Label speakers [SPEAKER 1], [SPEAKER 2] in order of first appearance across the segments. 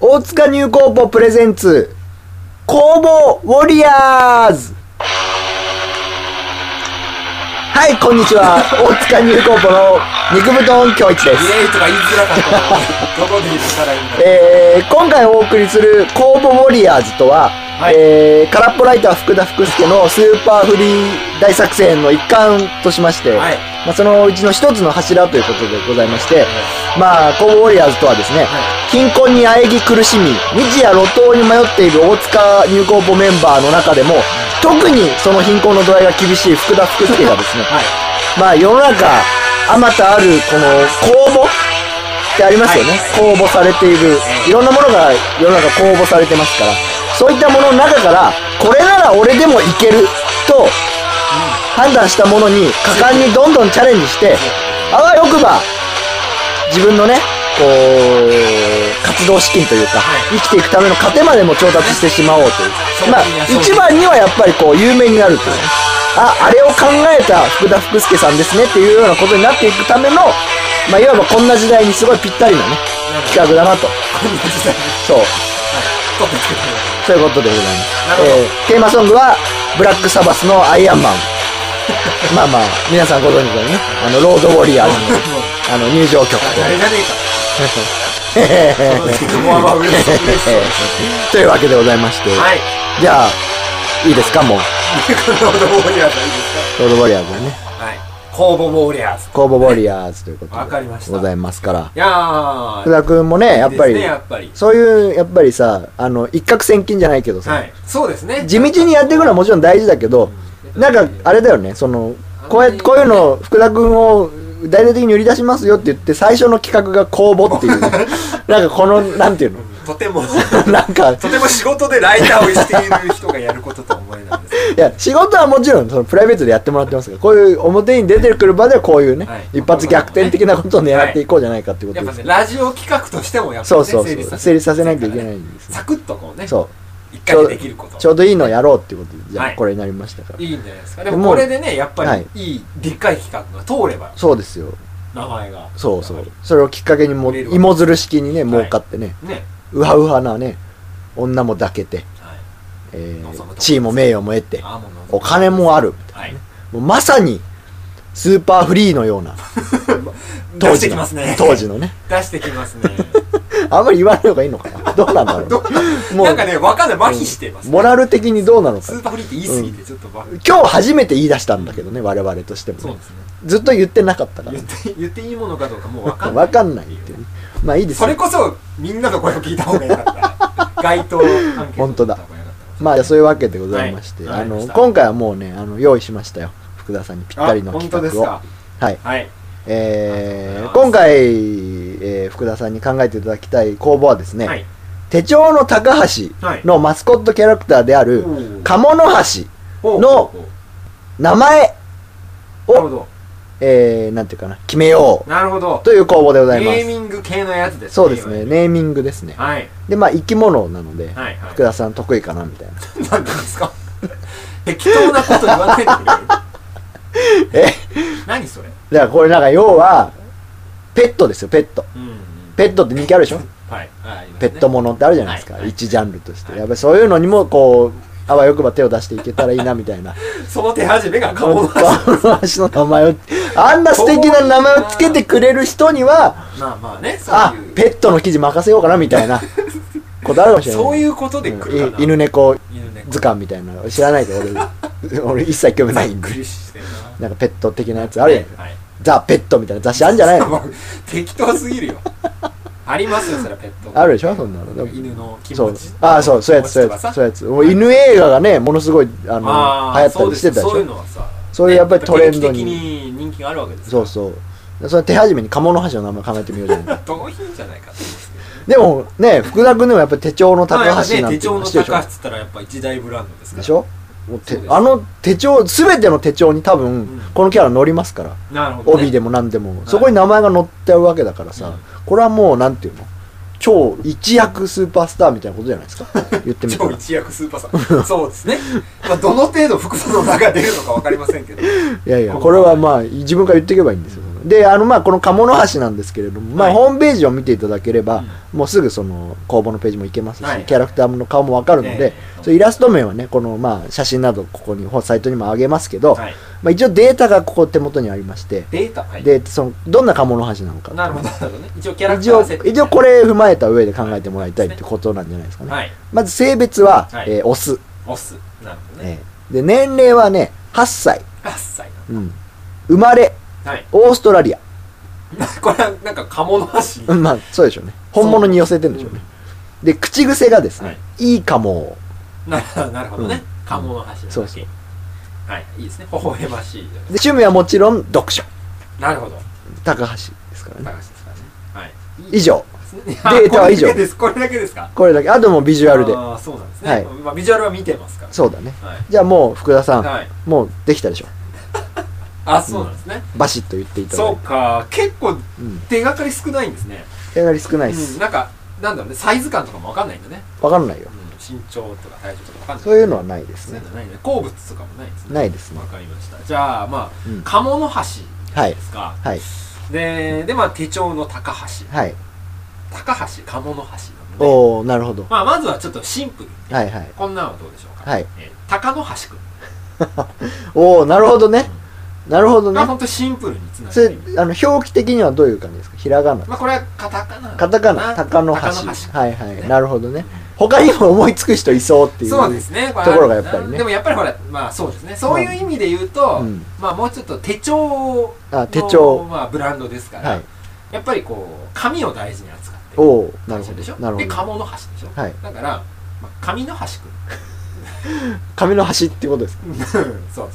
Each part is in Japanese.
[SPEAKER 1] 大塚ニューコーポプレゼンツ工房ウォリアーズはいこんにちは大塚ニューコーポの肉布団京一で
[SPEAKER 2] イ
[SPEAKER 1] す、
[SPEAKER 2] エーイとか言いづらかった。どこで言ったらいいんだろう。
[SPEAKER 1] えー、今回お送りする工房ウォリアーズとは、
[SPEAKER 2] はい
[SPEAKER 1] えー、空っぽライター福田福助のスーパーフリー大作戦の一環としまして、
[SPEAKER 2] はい。
[SPEAKER 1] まあ、そのうちの一つの柱ということでございまして、まあ、コーボウォリアーズとはですね、
[SPEAKER 2] は
[SPEAKER 1] 貧困に喘ぎ苦しみ、日夜路頭に迷っている大塚入高簿メンバーの中でも、特にその貧困の度合いが厳しい福田福助がですね、
[SPEAKER 2] はい。
[SPEAKER 1] まあ世の中、あまたあるこの公募ってありますよね。公募されている。いろんなものが世の中公募されてますから、そういったものの中から、これなら俺でもいけると判断したものに果敢にどんどんチャレンジして、あわよくば、自分のね、こう、活動資金というか、
[SPEAKER 2] はい
[SPEAKER 1] 生きていくための糧までも調達してしまおうと
[SPEAKER 2] そ
[SPEAKER 1] いうう。まあ
[SPEAKER 2] そう、
[SPEAKER 1] 一番にはやっぱりこう、有名になるというね。あ、あれを考えた福田福助さんですねっていうようなことになっていくための、まあ、いわばこんな時代にすごいぴったりなね、企画だなと。
[SPEAKER 2] こんな時代に。
[SPEAKER 1] そう。
[SPEAKER 2] こんな時
[SPEAKER 1] そ
[SPEAKER 2] 代に
[SPEAKER 1] ういうことでございます
[SPEAKER 2] なるほ。ど
[SPEAKER 1] えーテーマソングは、ブラックサバスのアイアンマン。 まあまあ、皆さんご存知のようにね、あの、ロードウォリアーズ の、あの、入場曲
[SPEAKER 2] あ
[SPEAKER 1] で
[SPEAKER 2] れじゃね
[SPEAKER 1] え
[SPEAKER 2] えか。この時代もあまあ嬉しそう嬉しそうで
[SPEAKER 1] ーというわけでございまして、
[SPEAKER 2] す。はい。
[SPEAKER 1] じゃあ、いいですか、もう、
[SPEAKER 2] このウォリアーズいいです
[SPEAKER 1] ロードウォリアーズはね、
[SPEAKER 2] かはい。公募ウォリアーズ。
[SPEAKER 1] コーボウォリアーズということ
[SPEAKER 2] わかりまし
[SPEAKER 1] で
[SPEAKER 2] た
[SPEAKER 1] ございますから、
[SPEAKER 2] いやー。
[SPEAKER 1] 福田君もね、やっぱ
[SPEAKER 2] いい
[SPEAKER 1] り
[SPEAKER 2] ですね、、やっぱり。
[SPEAKER 1] そういう、やっぱりさ、あの、一攫千金じゃないけどさ、
[SPEAKER 2] はい。そうですね。
[SPEAKER 1] 地道にやっていくのはもちろん大事だけど、なんか、あれだよね、その、こうやこういうのを、福田君を、大々的に売り出しますよって言って、最初の企画が公募って いう、なんかこの、なんていうの
[SPEAKER 2] とても、
[SPEAKER 1] なんか、
[SPEAKER 2] とても仕事でライターをしている人がやることとは思えないです。
[SPEAKER 1] いや、仕事はもちろん、そのプライベートでやってもらってますけど、こういう表に出てくる場ではこういうね、
[SPEAKER 2] はい
[SPEAKER 1] 一発逆転的なことを狙っていこうじゃないかってこと
[SPEAKER 2] やっ
[SPEAKER 1] で
[SPEAKER 2] ぱ
[SPEAKER 1] す。
[SPEAKER 2] ね、ラジオ企画としてもやっぱ
[SPEAKER 1] そう
[SPEAKER 2] ね、。
[SPEAKER 1] そうそう。成立させなきゃいけないいんです。
[SPEAKER 2] サクッとこうね、
[SPEAKER 1] そ
[SPEAKER 2] 一回でできるこ
[SPEAKER 1] う。
[SPEAKER 2] と
[SPEAKER 1] ち。ょうどいいのをやろうってことで、じゃ
[SPEAKER 2] は
[SPEAKER 1] あ
[SPEAKER 2] い
[SPEAKER 1] これになりましたから。
[SPEAKER 2] いいんじゃないですか。でも
[SPEAKER 1] もう
[SPEAKER 2] これでね、やっぱ
[SPEAKER 1] は
[SPEAKER 2] り
[SPEAKER 1] い
[SPEAKER 2] いいでっかい企画が通れば、
[SPEAKER 1] そうですよ。
[SPEAKER 2] 名前が。
[SPEAKER 1] そうそう。それをきっかけにもう、
[SPEAKER 2] 売れるわ
[SPEAKER 1] 芋づる式にね、儲かってね、
[SPEAKER 2] ね。
[SPEAKER 1] うはうはなね、女も抱けて、
[SPEAKER 2] はい。
[SPEAKER 1] え
[SPEAKER 2] 望むとこ
[SPEAKER 1] ー、
[SPEAKER 2] です
[SPEAKER 1] 地位も名誉も得て、
[SPEAKER 2] アーモンドの
[SPEAKER 1] お金もある。
[SPEAKER 2] はい。
[SPEAKER 1] もうまさに、スーパーフリーのような、
[SPEAKER 2] 出してきますね。
[SPEAKER 1] 当時。のね。
[SPEAKER 2] 出してきますね。
[SPEAKER 1] あんまり言わない方がいいのかな どうなんだろう
[SPEAKER 2] どうなんかね、わかんない。麻痺してますね。
[SPEAKER 1] モラル的にどうなの
[SPEAKER 2] ス
[SPEAKER 1] か
[SPEAKER 2] ーパーフリーって言い過ぎて、ちょっとわ
[SPEAKER 1] 今日初めて言い出したんだけどね我々としても
[SPEAKER 2] そう
[SPEAKER 1] ね
[SPEAKER 2] ですね。
[SPEAKER 1] ずっと言ってなかったか
[SPEAKER 2] 言っ
[SPEAKER 1] ら
[SPEAKER 2] て、言っていいものかどうかもうわか んない。
[SPEAKER 1] わかんないっていうねまあいいです
[SPEAKER 2] それ
[SPEAKER 1] よ
[SPEAKER 2] こそ、みんなの声を聞いた 方がよかった。街頭アンケートを取った方が良かった。
[SPEAKER 1] 本当だまあそういうわけでございまして
[SPEAKER 2] はいわ
[SPEAKER 1] あ
[SPEAKER 2] かりま
[SPEAKER 1] の
[SPEAKER 2] した
[SPEAKER 1] 今回はもうねあの用意しましたよ福田さんにぴったりの
[SPEAKER 2] あ本
[SPEAKER 1] 企
[SPEAKER 2] 当です
[SPEAKER 1] 画を
[SPEAKER 2] か。
[SPEAKER 1] はい
[SPEAKER 2] はい。
[SPEAKER 1] えー
[SPEAKER 2] ありがとう
[SPEAKER 1] 今
[SPEAKER 2] ござ
[SPEAKER 1] 回えー福田さんに考えていただきたい公募はです
[SPEAKER 2] は
[SPEAKER 1] ね
[SPEAKER 2] い。
[SPEAKER 1] 手帳の高橋のマスコットキャラクターである
[SPEAKER 2] おー
[SPEAKER 1] 鴨の橋
[SPEAKER 2] ほう
[SPEAKER 1] の
[SPEAKER 2] ほう
[SPEAKER 1] 名前
[SPEAKER 2] ほうなるほ
[SPEAKER 1] を
[SPEAKER 2] ど。
[SPEAKER 1] えーなんていうかな決めよ
[SPEAKER 2] なるほど
[SPEAKER 1] う。という公募でございま
[SPEAKER 2] ネー
[SPEAKER 1] す
[SPEAKER 2] ミング系のやつですね。
[SPEAKER 1] そうですね
[SPEAKER 2] いわゆる。
[SPEAKER 1] ネーミングですね
[SPEAKER 2] はい。
[SPEAKER 1] でまあ生き物なので、
[SPEAKER 2] はいはい
[SPEAKER 1] 福田さん得意かなみたいな
[SPEAKER 2] 何ですか適当なこと言わないでく
[SPEAKER 1] え
[SPEAKER 2] れる。何それ
[SPEAKER 1] だからこれなんか要はペットですよペット
[SPEAKER 2] うんうん。
[SPEAKER 1] ペットって人気あるでしょ
[SPEAKER 2] はい。あります
[SPEAKER 1] ペ
[SPEAKER 2] ね
[SPEAKER 1] ットものってあるじゃないですか、
[SPEAKER 2] はいはい
[SPEAKER 1] 一ジャンルとして、
[SPEAKER 2] はい
[SPEAKER 1] やっぱりそういうのにもこうあわよくば手を出していけたらいいなみたいな
[SPEAKER 2] その手始めが顔
[SPEAKER 1] こ
[SPEAKER 2] の
[SPEAKER 1] の足の名前をあんな素敵な名前をつけてくれる人には
[SPEAKER 2] まあまあね、そう
[SPEAKER 1] あ
[SPEAKER 2] いう。
[SPEAKER 1] ペットの記事任せようかなみたいなことあるかもしれない
[SPEAKER 2] そういうことで来るか
[SPEAKER 1] うん
[SPEAKER 2] な。
[SPEAKER 1] い犬猫
[SPEAKER 2] 犬猫。
[SPEAKER 1] 図鑑みたいなの知らないで俺俺一切興味ないんで
[SPEAKER 2] びっくりしてるな。
[SPEAKER 1] なんかペット的なやつあるやん、
[SPEAKER 2] はい。
[SPEAKER 1] ザ・ペットみたいな雑誌あるんじゃないの
[SPEAKER 2] 適当すぎるよ。ありますよ、それはペット。
[SPEAKER 1] あるでしょそんなのでも
[SPEAKER 2] 犬の気
[SPEAKER 1] そ
[SPEAKER 2] 持
[SPEAKER 1] う
[SPEAKER 2] ち。
[SPEAKER 1] ああそうそうやつそう
[SPEAKER 2] 気
[SPEAKER 1] や
[SPEAKER 2] 持
[SPEAKER 1] つ
[SPEAKER 2] ちとかさ
[SPEAKER 1] そうやつもう犬映画がねものすごいあの
[SPEAKER 2] あー
[SPEAKER 1] 流行ったりしてたでし
[SPEAKER 2] そうですそういう
[SPEAKER 1] ょ
[SPEAKER 2] のはさ
[SPEAKER 1] そういうやっぱりトレンドに
[SPEAKER 2] 定期的に人気があるわけです
[SPEAKER 1] そう
[SPEAKER 2] う
[SPEAKER 1] そうその手始めに鴨の橋の名前考えてみようじゃない
[SPEAKER 2] どういうんじゃないかと思うんですけど
[SPEAKER 1] でもね福田君でもやっぱり手帳の高
[SPEAKER 2] まあ
[SPEAKER 1] 橋
[SPEAKER 2] や
[SPEAKER 1] な
[SPEAKER 2] っ
[SPEAKER 1] ん
[SPEAKER 2] ぱ
[SPEAKER 1] ていう
[SPEAKER 2] ね手帳
[SPEAKER 1] の
[SPEAKER 2] の
[SPEAKER 1] してる
[SPEAKER 2] 高
[SPEAKER 1] でし
[SPEAKER 2] 橋っ
[SPEAKER 1] ょ
[SPEAKER 2] つったらやっぱ一大ブランドですから
[SPEAKER 1] でしょもうて
[SPEAKER 2] そうです
[SPEAKER 1] あの手帳全ての手帳に多
[SPEAKER 2] ん
[SPEAKER 1] 分このキャラ乗りますから
[SPEAKER 2] なるほど、ね、
[SPEAKER 1] 帯でも何でもそこに名前が載ってるわけだから
[SPEAKER 2] う
[SPEAKER 1] さ
[SPEAKER 2] ん
[SPEAKER 1] これはもうなんていうの超一躍スーパースターみたいなことじゃないですか言ってみた
[SPEAKER 2] 超
[SPEAKER 1] ら
[SPEAKER 2] 一躍スーパーさんそうですね、 まあ、どの程度複雑の中が出るのか分かりませんけど
[SPEAKER 1] いやいや、
[SPEAKER 2] こんばんは
[SPEAKER 1] これはまあ、自分から言っていけばいいんですよ。であのまあこの鴨の橋なんですけれども、ま
[SPEAKER 2] は
[SPEAKER 1] あ、
[SPEAKER 2] い
[SPEAKER 1] ホームページを見ていただければ、もうすぐその公募のページも行けますし、
[SPEAKER 2] はい
[SPEAKER 1] キャラクターの顔もわかるので
[SPEAKER 2] え、
[SPEAKER 1] そうイラスト面はねこのまあ写真などここにサイトにも上げますけど、
[SPEAKER 2] はい
[SPEAKER 1] まあ、一応データがここ手元にありまして、
[SPEAKER 2] データはい
[SPEAKER 1] でそのどんな鴨の橋なのか
[SPEAKER 2] なるほどなるほどね一応キャラクタ
[SPEAKER 1] 一
[SPEAKER 2] ー
[SPEAKER 1] 応
[SPEAKER 2] は設定
[SPEAKER 1] 一応これ踏まえた上で考えてもらいたいってことなんじゃないですかね、
[SPEAKER 2] はい
[SPEAKER 1] まず性別は、
[SPEAKER 2] はい
[SPEAKER 1] えーオス、
[SPEAKER 2] オスなるほどね
[SPEAKER 1] えーで年齢はね8歳、
[SPEAKER 2] 8歳な
[SPEAKER 1] うん、生まれ
[SPEAKER 2] のはい
[SPEAKER 1] オーストラリア
[SPEAKER 2] なこれはなんか鴨の足
[SPEAKER 1] うんまあそうでしょうね本物に寄せてるんでしょうねで口癖がですね、
[SPEAKER 2] はい
[SPEAKER 1] い、いかも
[SPEAKER 2] なるほどなるほどね
[SPEAKER 1] うん
[SPEAKER 2] 鴨の足
[SPEAKER 1] そうそう
[SPEAKER 2] はいいいですね微笑ましい
[SPEAKER 1] で趣味はもちろん読書
[SPEAKER 2] なるほど
[SPEAKER 1] 高橋ですから
[SPEAKER 2] 高
[SPEAKER 1] ね
[SPEAKER 2] 橋ですからねはいい
[SPEAKER 1] 以
[SPEAKER 2] い
[SPEAKER 1] 上
[SPEAKER 2] です
[SPEAKER 1] データは以上
[SPEAKER 2] あこれだけですこれだけですか
[SPEAKER 1] これだけあともうビジュアルで
[SPEAKER 2] ああそうなんです
[SPEAKER 1] は
[SPEAKER 2] ね
[SPEAKER 1] い
[SPEAKER 2] まあビジュアルは見てますから
[SPEAKER 1] そうだね
[SPEAKER 2] はい
[SPEAKER 1] じゃあもう福田さん、
[SPEAKER 2] はい
[SPEAKER 1] もうできたでしょ
[SPEAKER 2] あそうなんですね
[SPEAKER 1] バシッと言っていただ
[SPEAKER 2] そ
[SPEAKER 1] いうて
[SPEAKER 2] か結構
[SPEAKER 1] うん
[SPEAKER 2] 手がかり少ないんですね
[SPEAKER 1] 手がり少ないで
[SPEAKER 2] う
[SPEAKER 1] す
[SPEAKER 2] ん、なんかなんだろうねサイズ感とかもわかんないんだね、
[SPEAKER 1] わかんないよ
[SPEAKER 2] うん、身長とか体重とかわかんない
[SPEAKER 1] そういうのはないです
[SPEAKER 2] そうい
[SPEAKER 1] ね
[SPEAKER 2] うのないね好物とかもないですね
[SPEAKER 1] ないですね
[SPEAKER 2] わかりましたじゃあまあ、
[SPEAKER 1] うん
[SPEAKER 2] 鴨の橋
[SPEAKER 1] はい
[SPEAKER 2] ですか、
[SPEAKER 1] はい
[SPEAKER 2] ででまあ手帳の高橋
[SPEAKER 1] はい
[SPEAKER 2] 高橋鴨の橋なので
[SPEAKER 1] おおなるほど
[SPEAKER 2] まあまずはちょっとシンプルにね、
[SPEAKER 1] はいはい
[SPEAKER 2] こんなんはどうでしょうか、
[SPEAKER 1] はい
[SPEAKER 2] えー高野橋くん
[SPEAKER 1] おおなるほどねなるほどね
[SPEAKER 2] まあほんとシンプルにつな
[SPEAKER 1] そ
[SPEAKER 2] げ
[SPEAKER 1] れ
[SPEAKER 2] て
[SPEAKER 1] あの表記的にはどういう感じですかひらがな
[SPEAKER 2] まあこれはカタカナ
[SPEAKER 1] カタカナ
[SPEAKER 2] 高
[SPEAKER 1] 鷹
[SPEAKER 2] 野
[SPEAKER 1] の
[SPEAKER 2] 橋
[SPEAKER 1] 橋
[SPEAKER 2] い
[SPEAKER 1] はいはいなるほどね他にも思いつく人いそうっていう
[SPEAKER 2] そうですねと
[SPEAKER 1] ところがやっぱりね
[SPEAKER 2] でもやっぱりほらまあそうですねそういう意味で言うと、
[SPEAKER 1] うん
[SPEAKER 2] まあもうちょっと手帳
[SPEAKER 1] あ
[SPEAKER 2] の
[SPEAKER 1] 手帳
[SPEAKER 2] まあ、ブランドですから、
[SPEAKER 1] はい
[SPEAKER 2] やっぱりこう紙を大事に扱って
[SPEAKER 1] お
[SPEAKER 2] る
[SPEAKER 1] おなるほ
[SPEAKER 2] でしょ
[SPEAKER 1] どなるほ
[SPEAKER 2] で
[SPEAKER 1] ど
[SPEAKER 2] 鴨の橋でしょ、
[SPEAKER 1] はい
[SPEAKER 2] だから、まあ、紙の橋く
[SPEAKER 1] 紙の端ってことですか
[SPEAKER 2] ん そうそうそう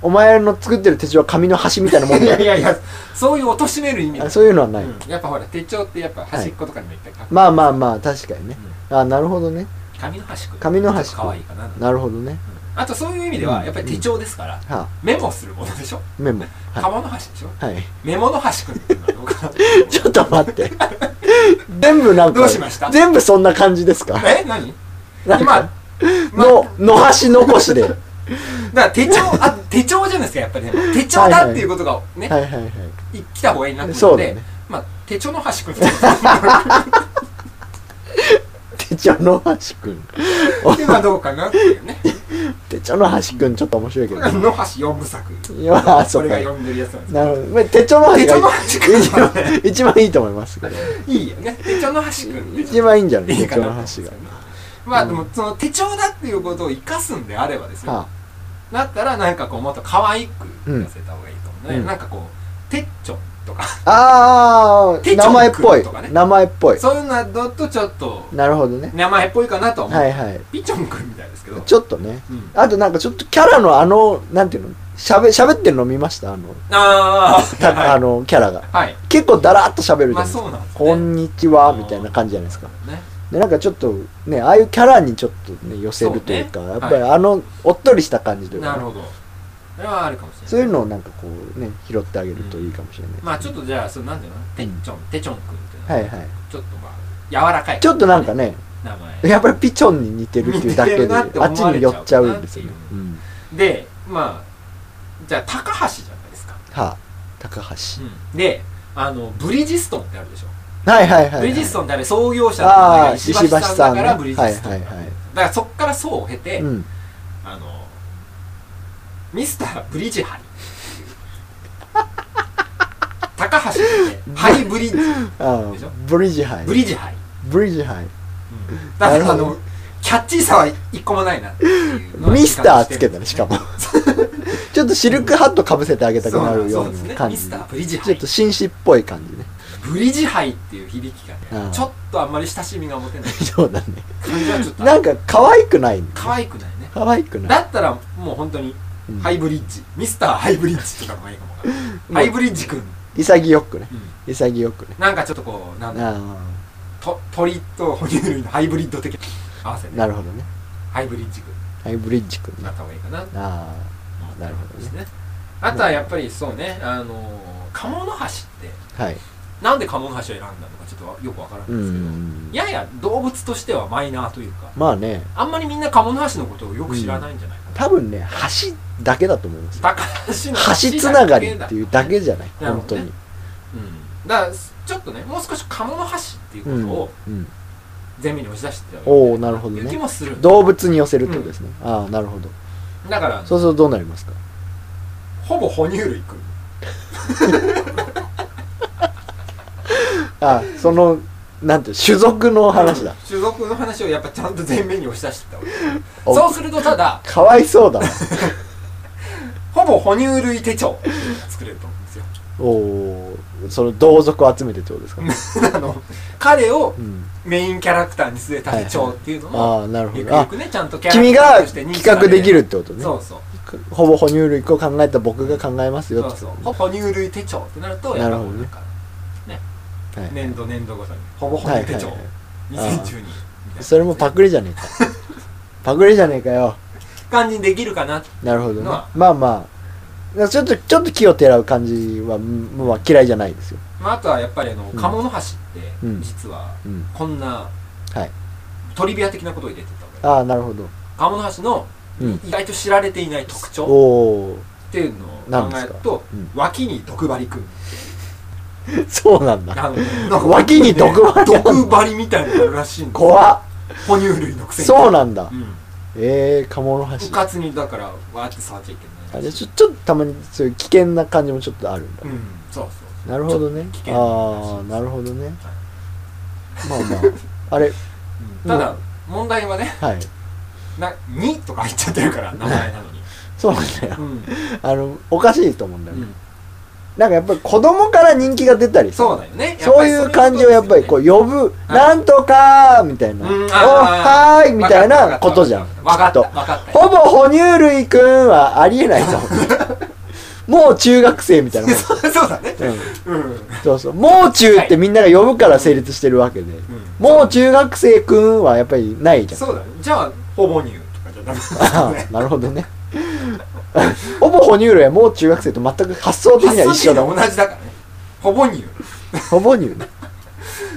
[SPEAKER 1] お前の作ってる手帳は紙の端みたいなもん
[SPEAKER 2] い
[SPEAKER 1] だ
[SPEAKER 2] やいやいやそういう貶としめる意味だ
[SPEAKER 1] あそういうのはない、
[SPEAKER 2] うんやっぱほら手帳ってやっぱ端っことかにもいっぱい書く、
[SPEAKER 1] まあまあまあ確かにね、あなるほどね
[SPEAKER 2] 紙の端くん
[SPEAKER 1] 紙の端くん
[SPEAKER 2] ちょっと可愛いかな
[SPEAKER 1] なるほどね
[SPEAKER 2] あとそういう意味で
[SPEAKER 1] う
[SPEAKER 2] は
[SPEAKER 1] ん
[SPEAKER 2] やっぱり手帳ですから、
[SPEAKER 1] はあ
[SPEAKER 2] メモするものでしょ、
[SPEAKER 1] メモは
[SPEAKER 2] 鴨の端でしょ
[SPEAKER 1] い、 はい、
[SPEAKER 2] メモの端くんっていうのはどうかな
[SPEAKER 1] ちょっと待って 全部なんか
[SPEAKER 2] どうしました
[SPEAKER 1] 全部そんな感じですか
[SPEAKER 2] え何
[SPEAKER 1] なん
[SPEAKER 2] 今
[SPEAKER 1] か、のの端残し ではい
[SPEAKER 2] だから手帳、あ、手帳じゃないですか、やっぱりね。手帳だっていうことがね、
[SPEAKER 1] はいはい
[SPEAKER 2] い来た方がいいなって
[SPEAKER 1] そ
[SPEAKER 2] 思
[SPEAKER 1] う
[SPEAKER 2] っ
[SPEAKER 1] だ
[SPEAKER 2] て、
[SPEAKER 1] ね
[SPEAKER 2] まあ、手帳の端くん。っ
[SPEAKER 1] 手帳の端くん
[SPEAKER 2] ていうのはどうかなってい うね。
[SPEAKER 1] 手帳の端くんちょっと面白いけ
[SPEAKER 2] こ
[SPEAKER 1] ど
[SPEAKER 2] れが野橋四部作。
[SPEAKER 1] いやあそ
[SPEAKER 2] こ
[SPEAKER 1] う
[SPEAKER 2] れ
[SPEAKER 1] か
[SPEAKER 2] が読んでるやつなんです
[SPEAKER 1] なるほどまあ手帳の端
[SPEAKER 2] 手帳の
[SPEAKER 1] が
[SPEAKER 2] 端くんはね
[SPEAKER 1] 一番一番いいと思いますけど
[SPEAKER 2] いいよね。手帳の端くんで。
[SPEAKER 1] 一番いいんじゃない
[SPEAKER 2] いい
[SPEAKER 1] 手
[SPEAKER 2] か
[SPEAKER 1] 帳
[SPEAKER 2] なと
[SPEAKER 1] の
[SPEAKER 2] 思うんです
[SPEAKER 1] 端が
[SPEAKER 2] よね。まあ、でも、その手帳だっていうことを生かすんであればですね。
[SPEAKER 1] は
[SPEAKER 2] だったら、なんかこう、もっと可愛く出せた方がいいと思うね。
[SPEAKER 1] うん
[SPEAKER 2] なんかこう、手帳とか、
[SPEAKER 1] ああー
[SPEAKER 2] 手帳
[SPEAKER 1] 名前っぽい
[SPEAKER 2] くんとかね
[SPEAKER 1] 名前っぽい
[SPEAKER 2] そういうのだとちょっと、
[SPEAKER 1] なるほどね
[SPEAKER 2] 名前っぽいかなとは思う。
[SPEAKER 1] はいはい
[SPEAKER 2] ピチョンくんみたいですけど。
[SPEAKER 1] ちょっとね
[SPEAKER 2] うん
[SPEAKER 1] あとなんかちょっとキャラのあのなんていうのしゃべ喋ってるの見ましたあの
[SPEAKER 2] ああ、
[SPEAKER 1] た
[SPEAKER 2] は
[SPEAKER 1] あ
[SPEAKER 2] い。
[SPEAKER 1] のキャラが
[SPEAKER 2] はい。
[SPEAKER 1] 結構だらっと喋るじゃない
[SPEAKER 2] まあ
[SPEAKER 1] ですか
[SPEAKER 2] そうなんですね。
[SPEAKER 1] こんにちはみたいな感じじゃないですか
[SPEAKER 2] ね。
[SPEAKER 1] でなんかちょっとねああいうキャラにちょっとね寄せるというか
[SPEAKER 2] そうね
[SPEAKER 1] やっぱりあのおっとりした感じという
[SPEAKER 2] な
[SPEAKER 1] か
[SPEAKER 2] る
[SPEAKER 1] ね
[SPEAKER 2] ほど。それはあるかもしれない。
[SPEAKER 1] そういうのをなんかこうね拾ってあげるといいかもしれない
[SPEAKER 2] まあちょっとじゃあ、そのなんていうのテッチョン、テチョンくんっていうの
[SPEAKER 1] はいはい
[SPEAKER 2] ちょっとまあ、柔らかい。
[SPEAKER 1] ちょっとなんかね
[SPEAKER 2] 名前。
[SPEAKER 1] やっぱりピチョンに似てるっていうだけ
[SPEAKER 2] 似てる
[SPEAKER 1] で
[SPEAKER 2] なって
[SPEAKER 1] あっち
[SPEAKER 2] 思われ
[SPEAKER 1] に
[SPEAKER 2] ち
[SPEAKER 1] 寄
[SPEAKER 2] ゃう
[SPEAKER 1] っちゃうんですよね
[SPEAKER 2] なっ、て
[SPEAKER 1] う、
[SPEAKER 2] いうんで、まあ、じゃあ、高橋じゃないですか。
[SPEAKER 1] はあ高橋、
[SPEAKER 2] で、あの、ブリヂストンってあるでしょ。
[SPEAKER 1] はいはいはい、はい、
[SPEAKER 2] ブリヂストンってあれ創業者の名前
[SPEAKER 1] あ
[SPEAKER 2] が
[SPEAKER 1] あ
[SPEAKER 2] 石
[SPEAKER 1] 石
[SPEAKER 2] 橋
[SPEAKER 1] 橋
[SPEAKER 2] さ
[SPEAKER 1] さ
[SPEAKER 2] ん
[SPEAKER 1] ん
[SPEAKER 2] だ
[SPEAKER 1] ね
[SPEAKER 2] からブリヂストン
[SPEAKER 1] はい
[SPEAKER 2] だ
[SPEAKER 1] はいはい
[SPEAKER 2] からそっから層を経て、
[SPEAKER 1] うん、
[SPEAKER 2] あの、ミスターブリジ ハリ。高橋で、ハリブリッジ、
[SPEAKER 1] あ
[SPEAKER 2] でしょ
[SPEAKER 1] あブリジハイ
[SPEAKER 2] ブリジハリ。
[SPEAKER 1] ブリジハイ
[SPEAKER 2] だから
[SPEAKER 1] な
[SPEAKER 2] あ
[SPEAKER 1] るほ
[SPEAKER 2] の
[SPEAKER 1] ど、
[SPEAKER 2] キャッチーさは一個もないなっていうのは
[SPEAKER 1] ミスターつけたねしか
[SPEAKER 2] も。
[SPEAKER 1] もちょっとシルクハットかぶせてあげたくなるよ
[SPEAKER 2] そう
[SPEAKER 1] う
[SPEAKER 2] ですね
[SPEAKER 1] な感
[SPEAKER 2] ミス
[SPEAKER 1] じ
[SPEAKER 2] ターブリジハ
[SPEAKER 1] ちょ
[SPEAKER 2] イ
[SPEAKER 1] っと紳士っぽい感じね
[SPEAKER 2] ブリジハイっていう響きが
[SPEAKER 1] う
[SPEAKER 2] ね
[SPEAKER 1] ん
[SPEAKER 2] ちょっとあんまり親しみが持 てない
[SPEAKER 1] そうだね
[SPEAKER 2] 感じはちょっとあ
[SPEAKER 1] な
[SPEAKER 2] る
[SPEAKER 1] んか可愛くない
[SPEAKER 2] 可愛くないね
[SPEAKER 1] 可愛くない
[SPEAKER 2] だったらもう本当に
[SPEAKER 1] うん
[SPEAKER 2] ハイブリッジミスターハイブリッジとかの方がいいかもわかんない
[SPEAKER 1] うん
[SPEAKER 2] ハイブリッジくんうん
[SPEAKER 1] 潔くね潔くね
[SPEAKER 2] なんかちょっとこうなんだ
[SPEAKER 1] あ
[SPEAKER 2] ろうと鳥と哺乳類のハイブリッド的な合わせ
[SPEAKER 1] あ
[SPEAKER 2] ね
[SPEAKER 1] なるほどね
[SPEAKER 2] ハイブリッジ君
[SPEAKER 1] ハイブリッジくん
[SPEAKER 2] にな
[SPEAKER 1] ね
[SPEAKER 2] った方がいいかなと
[SPEAKER 1] あ
[SPEAKER 2] 思った
[SPEAKER 1] なるほどね
[SPEAKER 2] ですねあとはやっぱりそうねあのー鴨の橋って
[SPEAKER 1] あはい
[SPEAKER 2] なんで鴨の橋を選んだのかちょっとよくわからない
[SPEAKER 1] うんんう
[SPEAKER 2] で
[SPEAKER 1] んう
[SPEAKER 2] す
[SPEAKER 1] ん
[SPEAKER 2] けどやや動物としてはマイナーというか
[SPEAKER 1] まあね
[SPEAKER 2] あんまりみんな鴨の橋のことをよく知らないんじゃないかな
[SPEAKER 1] 多分ね橋だけだと思いますよ
[SPEAKER 2] 高橋の
[SPEAKER 1] 橋つながりっていうだ
[SPEAKER 2] け
[SPEAKER 1] けじゃない
[SPEAKER 2] なる
[SPEAKER 1] 本
[SPEAKER 2] ほ
[SPEAKER 1] 当
[SPEAKER 2] どね
[SPEAKER 1] に
[SPEAKER 2] うん、だからちょっとねもう少し鴨の箸ってい
[SPEAKER 1] う
[SPEAKER 2] うこと
[SPEAKER 1] ん
[SPEAKER 2] を
[SPEAKER 1] うん、
[SPEAKER 2] 前面に押し出してたよ
[SPEAKER 1] おおなるほ
[SPEAKER 2] う
[SPEAKER 1] ど
[SPEAKER 2] な気
[SPEAKER 1] ね
[SPEAKER 2] もする
[SPEAKER 1] 動物に寄せるってことですね、ああなるほど
[SPEAKER 2] だから
[SPEAKER 1] そうするとどうなりますか
[SPEAKER 2] ほぼ哺乳類く
[SPEAKER 1] ああそのなんていう種族の話だ、
[SPEAKER 2] 種族の話をやっぱちゃんと前面に押し出してったわけ
[SPEAKER 1] お
[SPEAKER 2] そうするとただ
[SPEAKER 1] かわいそうだな
[SPEAKER 2] ほぼ哺乳類手帳っていうのが作れると思うんですよ
[SPEAKER 1] おおその同族を集めてってことですか、
[SPEAKER 2] あの彼を
[SPEAKER 1] うん、
[SPEAKER 2] メインキャラクターに据えた手帳っていうのも
[SPEAKER 1] ああなるほ
[SPEAKER 2] ゆく
[SPEAKER 1] ど
[SPEAKER 2] ゆ
[SPEAKER 1] あ
[SPEAKER 2] くねちゃんとキャラク
[SPEAKER 1] 君
[SPEAKER 2] ター
[SPEAKER 1] が
[SPEAKER 2] として認
[SPEAKER 1] 企
[SPEAKER 2] 知され
[SPEAKER 1] 画できるってことね
[SPEAKER 2] そうそう
[SPEAKER 1] ほぼ哺乳類を考えた僕が考えますよ
[SPEAKER 2] そ
[SPEAKER 1] っ
[SPEAKER 2] う
[SPEAKER 1] て
[SPEAKER 2] そう
[SPEAKER 1] こと
[SPEAKER 2] ほぼ哺乳類手帳ってなるとやっぱもうなんか
[SPEAKER 1] ねはい
[SPEAKER 2] 年度年度ごとにほぼ哺
[SPEAKER 1] はい
[SPEAKER 2] 乳
[SPEAKER 1] はい
[SPEAKER 2] 手
[SPEAKER 1] はい
[SPEAKER 2] 帳
[SPEAKER 1] いはい
[SPEAKER 2] 2012みたいな
[SPEAKER 1] それもパクリじゃねえ かパクリじゃねえかよ
[SPEAKER 2] 感じにできるかな
[SPEAKER 1] なるほどね
[SPEAKER 2] のは
[SPEAKER 1] まあまあちょっとちょっと気をてらう感じは、うんまあ、嫌いじゃないですよ
[SPEAKER 2] まああとはやっぱりあの
[SPEAKER 1] うん
[SPEAKER 2] 鴨の橋って
[SPEAKER 1] うん
[SPEAKER 2] 実は
[SPEAKER 1] うん
[SPEAKER 2] こんな
[SPEAKER 1] はい
[SPEAKER 2] トリビア的なことを入れてたわけ
[SPEAKER 1] ああなるほど
[SPEAKER 2] 鴨の橋の
[SPEAKER 1] うん
[SPEAKER 2] 意外と知られていない特
[SPEAKER 1] お
[SPEAKER 2] 徴
[SPEAKER 1] お
[SPEAKER 2] っていうのを考えると
[SPEAKER 1] なんです
[SPEAKER 2] 脇に毒針くん
[SPEAKER 1] そうなんだ
[SPEAKER 2] あのなんか
[SPEAKER 1] 脇に毒針あんの
[SPEAKER 2] 毒針みたいなのがあるらしいんですよ
[SPEAKER 1] 怖っ
[SPEAKER 2] 哺乳類のくせに
[SPEAKER 1] そうなんだ
[SPEAKER 2] うん
[SPEAKER 1] ええ鴨の
[SPEAKER 2] う
[SPEAKER 1] 橋
[SPEAKER 2] かつにだからわーって触っちゃいけ
[SPEAKER 1] あ
[SPEAKER 2] ない
[SPEAKER 1] れちょちょっとたまにそういう危険な感じもちょっとあるんだ
[SPEAKER 2] うんそうそうそう
[SPEAKER 1] なるほどね
[SPEAKER 2] ちょっと危険
[SPEAKER 1] ああ
[SPEAKER 2] な
[SPEAKER 1] なるほどね
[SPEAKER 2] は
[SPEAKER 1] まあまああれ
[SPEAKER 2] うんただ問題はね
[SPEAKER 1] はい
[SPEAKER 2] な「に」とか言っちゃってるから名前なのに
[SPEAKER 1] そうなんだよ
[SPEAKER 2] うん
[SPEAKER 1] あのおかしいと思うんだ
[SPEAKER 2] う
[SPEAKER 1] よ、ね
[SPEAKER 2] ん
[SPEAKER 1] なんかやっぱり子供から人気が出たりさ
[SPEAKER 2] そうだよね
[SPEAKER 1] そういう感じをやっぱりこう呼ぶ、
[SPEAKER 2] い
[SPEAKER 1] なんとかーみたいな、
[SPEAKER 2] う
[SPEAKER 1] お
[SPEAKER 2] んあー
[SPEAKER 1] はーいみたいなことじゃん。
[SPEAKER 2] 分かった
[SPEAKER 1] きっ
[SPEAKER 2] 分
[SPEAKER 1] と
[SPEAKER 2] かった
[SPEAKER 1] ほぼ哺乳類くんはありえ ないと思う。もう中学生みたいなもん。
[SPEAKER 2] そうそうだね
[SPEAKER 1] うん、
[SPEAKER 2] うんうん
[SPEAKER 1] そうそう。もう中ってみんなが呼ぶから成立してるわけで。もう中学生くんはやっぱりないじゃん。
[SPEAKER 2] そうだねじゃあほぼ乳とかじゃダメ
[SPEAKER 1] あ
[SPEAKER 2] だ ね
[SPEAKER 1] ーなるほどね。ほぼ哺乳類はもう中学生と全く発想的には
[SPEAKER 2] 発
[SPEAKER 1] 一緒
[SPEAKER 2] 想
[SPEAKER 1] だ。
[SPEAKER 2] が同じだからねほぼ乳
[SPEAKER 1] ほぼ乳ね。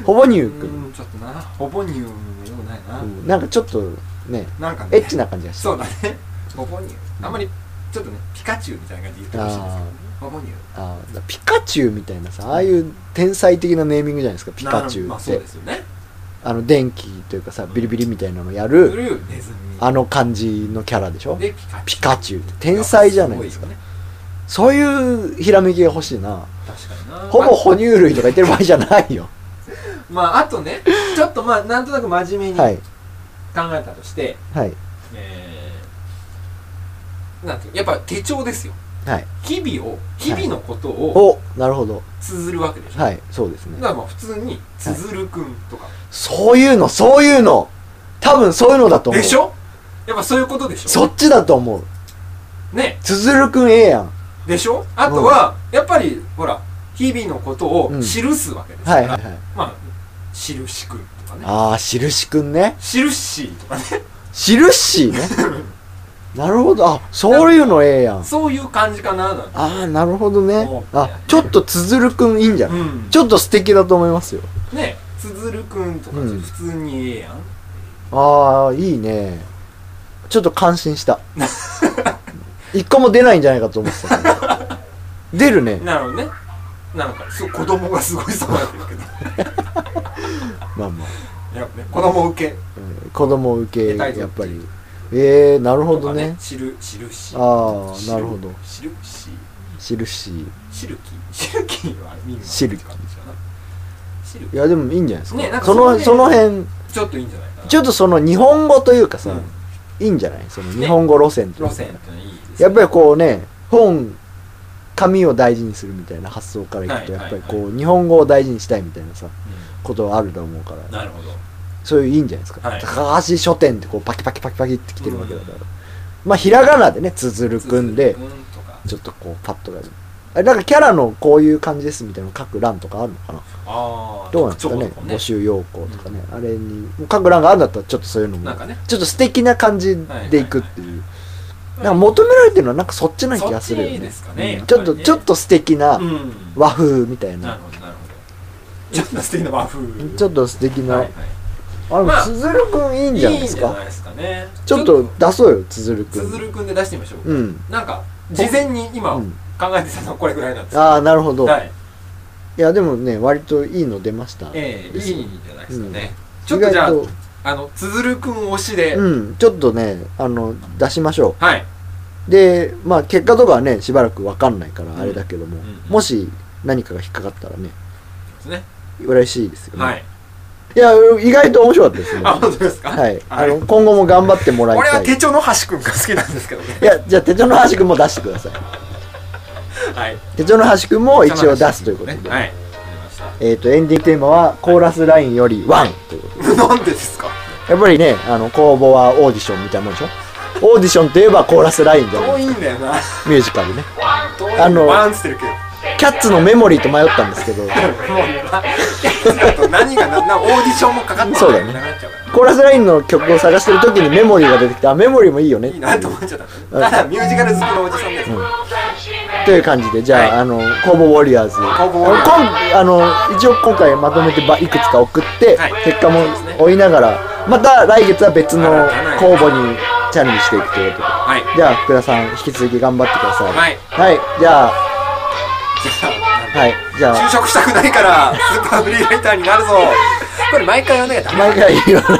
[SPEAKER 1] ほぼ乳
[SPEAKER 2] う
[SPEAKER 1] くん。
[SPEAKER 2] んちょっとなほぼ乳よくないな
[SPEAKER 1] うんなんかちょっとね、
[SPEAKER 2] なんかね
[SPEAKER 1] エッチな感じがして
[SPEAKER 2] そうだね。ボボニュー。あんまり、ちょっとね、ピカチュウみたいな感じで言ってほしいんですけどね。ボボニュー。
[SPEAKER 1] あーだピカチュウみたいなさああいう天才的なネーミングじゃないですかピカチュ
[SPEAKER 2] なま
[SPEAKER 1] ウ
[SPEAKER 2] あ
[SPEAKER 1] っ
[SPEAKER 2] そう
[SPEAKER 1] て、
[SPEAKER 2] ですよね。
[SPEAKER 1] あ、の電気というかさビリビリみたいなのや
[SPEAKER 2] ブ
[SPEAKER 1] る
[SPEAKER 2] ルー、ネズミ。
[SPEAKER 1] あの感じのキャラでしょ
[SPEAKER 2] で、ピカチ
[SPEAKER 1] ピ
[SPEAKER 2] ュウ。
[SPEAKER 1] カチュウって天才じゃないですか
[SPEAKER 2] ごよね。
[SPEAKER 1] そういうひらめきが欲しいな
[SPEAKER 2] 確かにな。
[SPEAKER 1] ほぼ哺乳類とか言ってる場合じゃないよ
[SPEAKER 2] まあ、まあ、あとね、ちょっとまあ、なんとなく真面目に
[SPEAKER 1] は
[SPEAKER 2] 考
[SPEAKER 1] い
[SPEAKER 2] えたとして、
[SPEAKER 1] はい
[SPEAKER 2] えー、なんていうかやっぱ手帳ですよ。
[SPEAKER 1] はい
[SPEAKER 2] 日々を、日々のことを
[SPEAKER 1] おなるほど
[SPEAKER 2] 綴るわけでしょ。
[SPEAKER 1] はいそうですね
[SPEAKER 2] だからまあ、普通に、つづるくんとか。
[SPEAKER 1] そういうのそういうの多分そういうのだと思う
[SPEAKER 2] でしょやっぱそういうことでしょ
[SPEAKER 1] そっちだと思う
[SPEAKER 2] ね。
[SPEAKER 1] つづるくんええやん
[SPEAKER 2] でしょあとは、やっぱり、ほら、日々のことを記すわけですか
[SPEAKER 1] はい
[SPEAKER 2] ら、
[SPEAKER 1] はいはい
[SPEAKER 2] まあ、印くんとかね、
[SPEAKER 1] ああ印くんね
[SPEAKER 2] 印とかね、
[SPEAKER 1] シルッシー ねなるほどあそういうのええやんあ
[SPEAKER 2] そういう感じかな、なんて。
[SPEAKER 1] あーなるほどね
[SPEAKER 2] そう
[SPEAKER 1] あちょっとつづるくんいいんじゃ
[SPEAKER 2] う
[SPEAKER 1] ない、
[SPEAKER 2] ん。
[SPEAKER 1] ちょっと素敵だと思いますよ
[SPEAKER 2] ね、つづるくんとか、
[SPEAKER 1] うん
[SPEAKER 2] 普通にええやん。
[SPEAKER 1] ああいいねちょっと感心 した一個も出ないんじゃないかと思ってたから出るね
[SPEAKER 2] なるほどね。なんか、そう、子供がすごいそうなってるけど。
[SPEAKER 1] まあまあ、
[SPEAKER 2] やっぱね、子供受け
[SPEAKER 1] うん子供受け
[SPEAKER 2] 出たいぞ
[SPEAKER 1] やっぱりええー、なるほ
[SPEAKER 2] と
[SPEAKER 1] ど
[SPEAKER 2] か
[SPEAKER 1] ね
[SPEAKER 2] ね、知る、印。
[SPEAKER 1] あーなるほど
[SPEAKER 2] 知る、印。
[SPEAKER 1] シルッシー
[SPEAKER 2] シルキーシルキーはみんな
[SPEAKER 1] シルキー
[SPEAKER 2] 感じかなシルキ
[SPEAKER 1] い
[SPEAKER 2] ー
[SPEAKER 1] やでもいいんじゃないですか,、
[SPEAKER 2] ねなんか
[SPEAKER 1] そのそ
[SPEAKER 2] そ
[SPEAKER 1] の
[SPEAKER 2] の
[SPEAKER 1] 辺
[SPEAKER 2] ちょっといいんじゃないかな
[SPEAKER 1] ちょっとその日本語というかさ、
[SPEAKER 2] うん
[SPEAKER 1] いいんじゃないその日本語路線という
[SPEAKER 2] 路
[SPEAKER 1] か
[SPEAKER 2] 線ってのはいいです
[SPEAKER 1] やっぱりこうね本紙を大事にするみたいな発想からいくと
[SPEAKER 2] はい
[SPEAKER 1] やっぱりこ
[SPEAKER 2] は
[SPEAKER 1] う日本語を大事にしたいみたいなさ
[SPEAKER 2] う
[SPEAKER 1] ことはあると思うから
[SPEAKER 2] んなるほど
[SPEAKER 1] そういういいんじゃないですか、
[SPEAKER 2] はい
[SPEAKER 1] 高橋書店ってこうパキパキパキパキってきてるわけだから、まあひらがなでねつづるくんで
[SPEAKER 2] つづるくんとか
[SPEAKER 1] ちょっとこうパッとやるあれなんかキャラのこういう感じですみたいなの書く欄とかあるのかな
[SPEAKER 2] ああ
[SPEAKER 1] どうなんですかね
[SPEAKER 2] 特徴と
[SPEAKER 1] 募集要項とかね、あれに書く欄があるんだったらちょっとそういうのも
[SPEAKER 2] なんかね
[SPEAKER 1] ちょっと素敵な感じでいくっていう、なんか求められてるのはなんかそっちな気がするよ
[SPEAKER 2] そっち
[SPEAKER 1] ね
[SPEAKER 2] ですかね
[SPEAKER 1] う
[SPEAKER 2] や
[SPEAKER 1] ん
[SPEAKER 2] っ
[SPEAKER 1] ち
[SPEAKER 2] ぱ
[SPEAKER 1] ょ
[SPEAKER 2] り
[SPEAKER 1] っ
[SPEAKER 2] ね
[SPEAKER 1] とちょっと素敵な
[SPEAKER 2] うん
[SPEAKER 1] 和風みたい
[SPEAKER 2] なる
[SPEAKER 1] な、
[SPEAKER 2] ほどなるほどちょっと素敵な和風
[SPEAKER 1] ちょっと素敵な、
[SPEAKER 2] はい
[SPEAKER 1] あでも
[SPEAKER 2] まあ
[SPEAKER 1] つづるくんいい
[SPEAKER 2] い
[SPEAKER 1] ん
[SPEAKER 2] い
[SPEAKER 1] じゃないで
[SPEAKER 2] ん
[SPEAKER 1] す
[SPEAKER 2] じゃ
[SPEAKER 1] か
[SPEAKER 2] ないですかね
[SPEAKER 1] ちょっと出そうよつづるく
[SPEAKER 2] つづ
[SPEAKER 1] ん
[SPEAKER 2] るくんで出してみましょう
[SPEAKER 1] うん
[SPEAKER 2] なんか事前に今
[SPEAKER 1] うん
[SPEAKER 2] 考えてたのはこれぐらいなんです
[SPEAKER 1] ああなるほど、
[SPEAKER 2] はい
[SPEAKER 1] いやでもね割といいの出ました
[SPEAKER 2] ええいいんじゃないですかね、ちょ
[SPEAKER 1] 意
[SPEAKER 2] っと
[SPEAKER 1] 外
[SPEAKER 2] じゃあ
[SPEAKER 1] と
[SPEAKER 2] あのつづるくん推しで、
[SPEAKER 1] うんちょっとねあの出しましょ
[SPEAKER 2] はいう
[SPEAKER 1] でまあ結果とかはねしばらくわかんないからあれだけども、
[SPEAKER 2] うん
[SPEAKER 1] もし何かが引っかかったらね
[SPEAKER 2] ですね
[SPEAKER 1] 嬉しいですよね、
[SPEAKER 2] はい
[SPEAKER 1] いや意外と面白かったですね
[SPEAKER 2] あ本当ですか
[SPEAKER 1] はいあ
[SPEAKER 2] の
[SPEAKER 1] の今後も頑張ってもらい
[SPEAKER 2] 俺は
[SPEAKER 1] た
[SPEAKER 2] 手
[SPEAKER 1] い
[SPEAKER 2] 帳の橋くんが好きなんですけど ね
[SPEAKER 1] いやじゃあ手帳の端くんも出してください
[SPEAKER 2] はい
[SPEAKER 1] 手帳の端くんも一応出すということで、
[SPEAKER 2] ねはいわかりました
[SPEAKER 1] えっ、とエンディングテーマはコーラスラインよりワンということで
[SPEAKER 2] なんでですか
[SPEAKER 1] やっぱりねあの公募はオーディションみたいなもんでしょオーディションといえばコーラスラインじゃない
[SPEAKER 2] 遠いんだよな
[SPEAKER 1] ミュージカルね
[SPEAKER 2] 遠い
[SPEAKER 1] あの
[SPEAKER 2] ワンつっ てるけど
[SPEAKER 1] キャッツのメモリーと迷ったんですけど
[SPEAKER 2] もうなあと何がななオーディションもかかって
[SPEAKER 1] そうだね
[SPEAKER 2] なくなっちゃうから
[SPEAKER 1] コーラスラインの曲を探してる時にメモリーが出てきてあメモリーもいいよね
[SPEAKER 2] いいなと思っちゃったただミュージカル好きのおじさんです、
[SPEAKER 1] という感じでじゃあ、
[SPEAKER 2] はい
[SPEAKER 1] あの公募ウォリアーズ
[SPEAKER 2] 公募ウォリアーズ
[SPEAKER 1] 今あの一応今回まとめてばいくつか送って、
[SPEAKER 2] はい
[SPEAKER 1] 結果も
[SPEAKER 2] そうですね
[SPEAKER 1] 追いながらまた来月は別の
[SPEAKER 2] 新たな
[SPEAKER 1] 公募にチャレンジしていくということで
[SPEAKER 2] はい
[SPEAKER 1] じゃあ福田さん引き続き頑張ってください
[SPEAKER 2] はい
[SPEAKER 1] はいじゃあ
[SPEAKER 2] じゃあ
[SPEAKER 1] はいじゃ
[SPEAKER 2] 就
[SPEAKER 1] あ
[SPEAKER 2] 職したくないからスーパーフリーライターになるぞこれ毎回読んなきゃダメ
[SPEAKER 1] 毎回言わなきゃ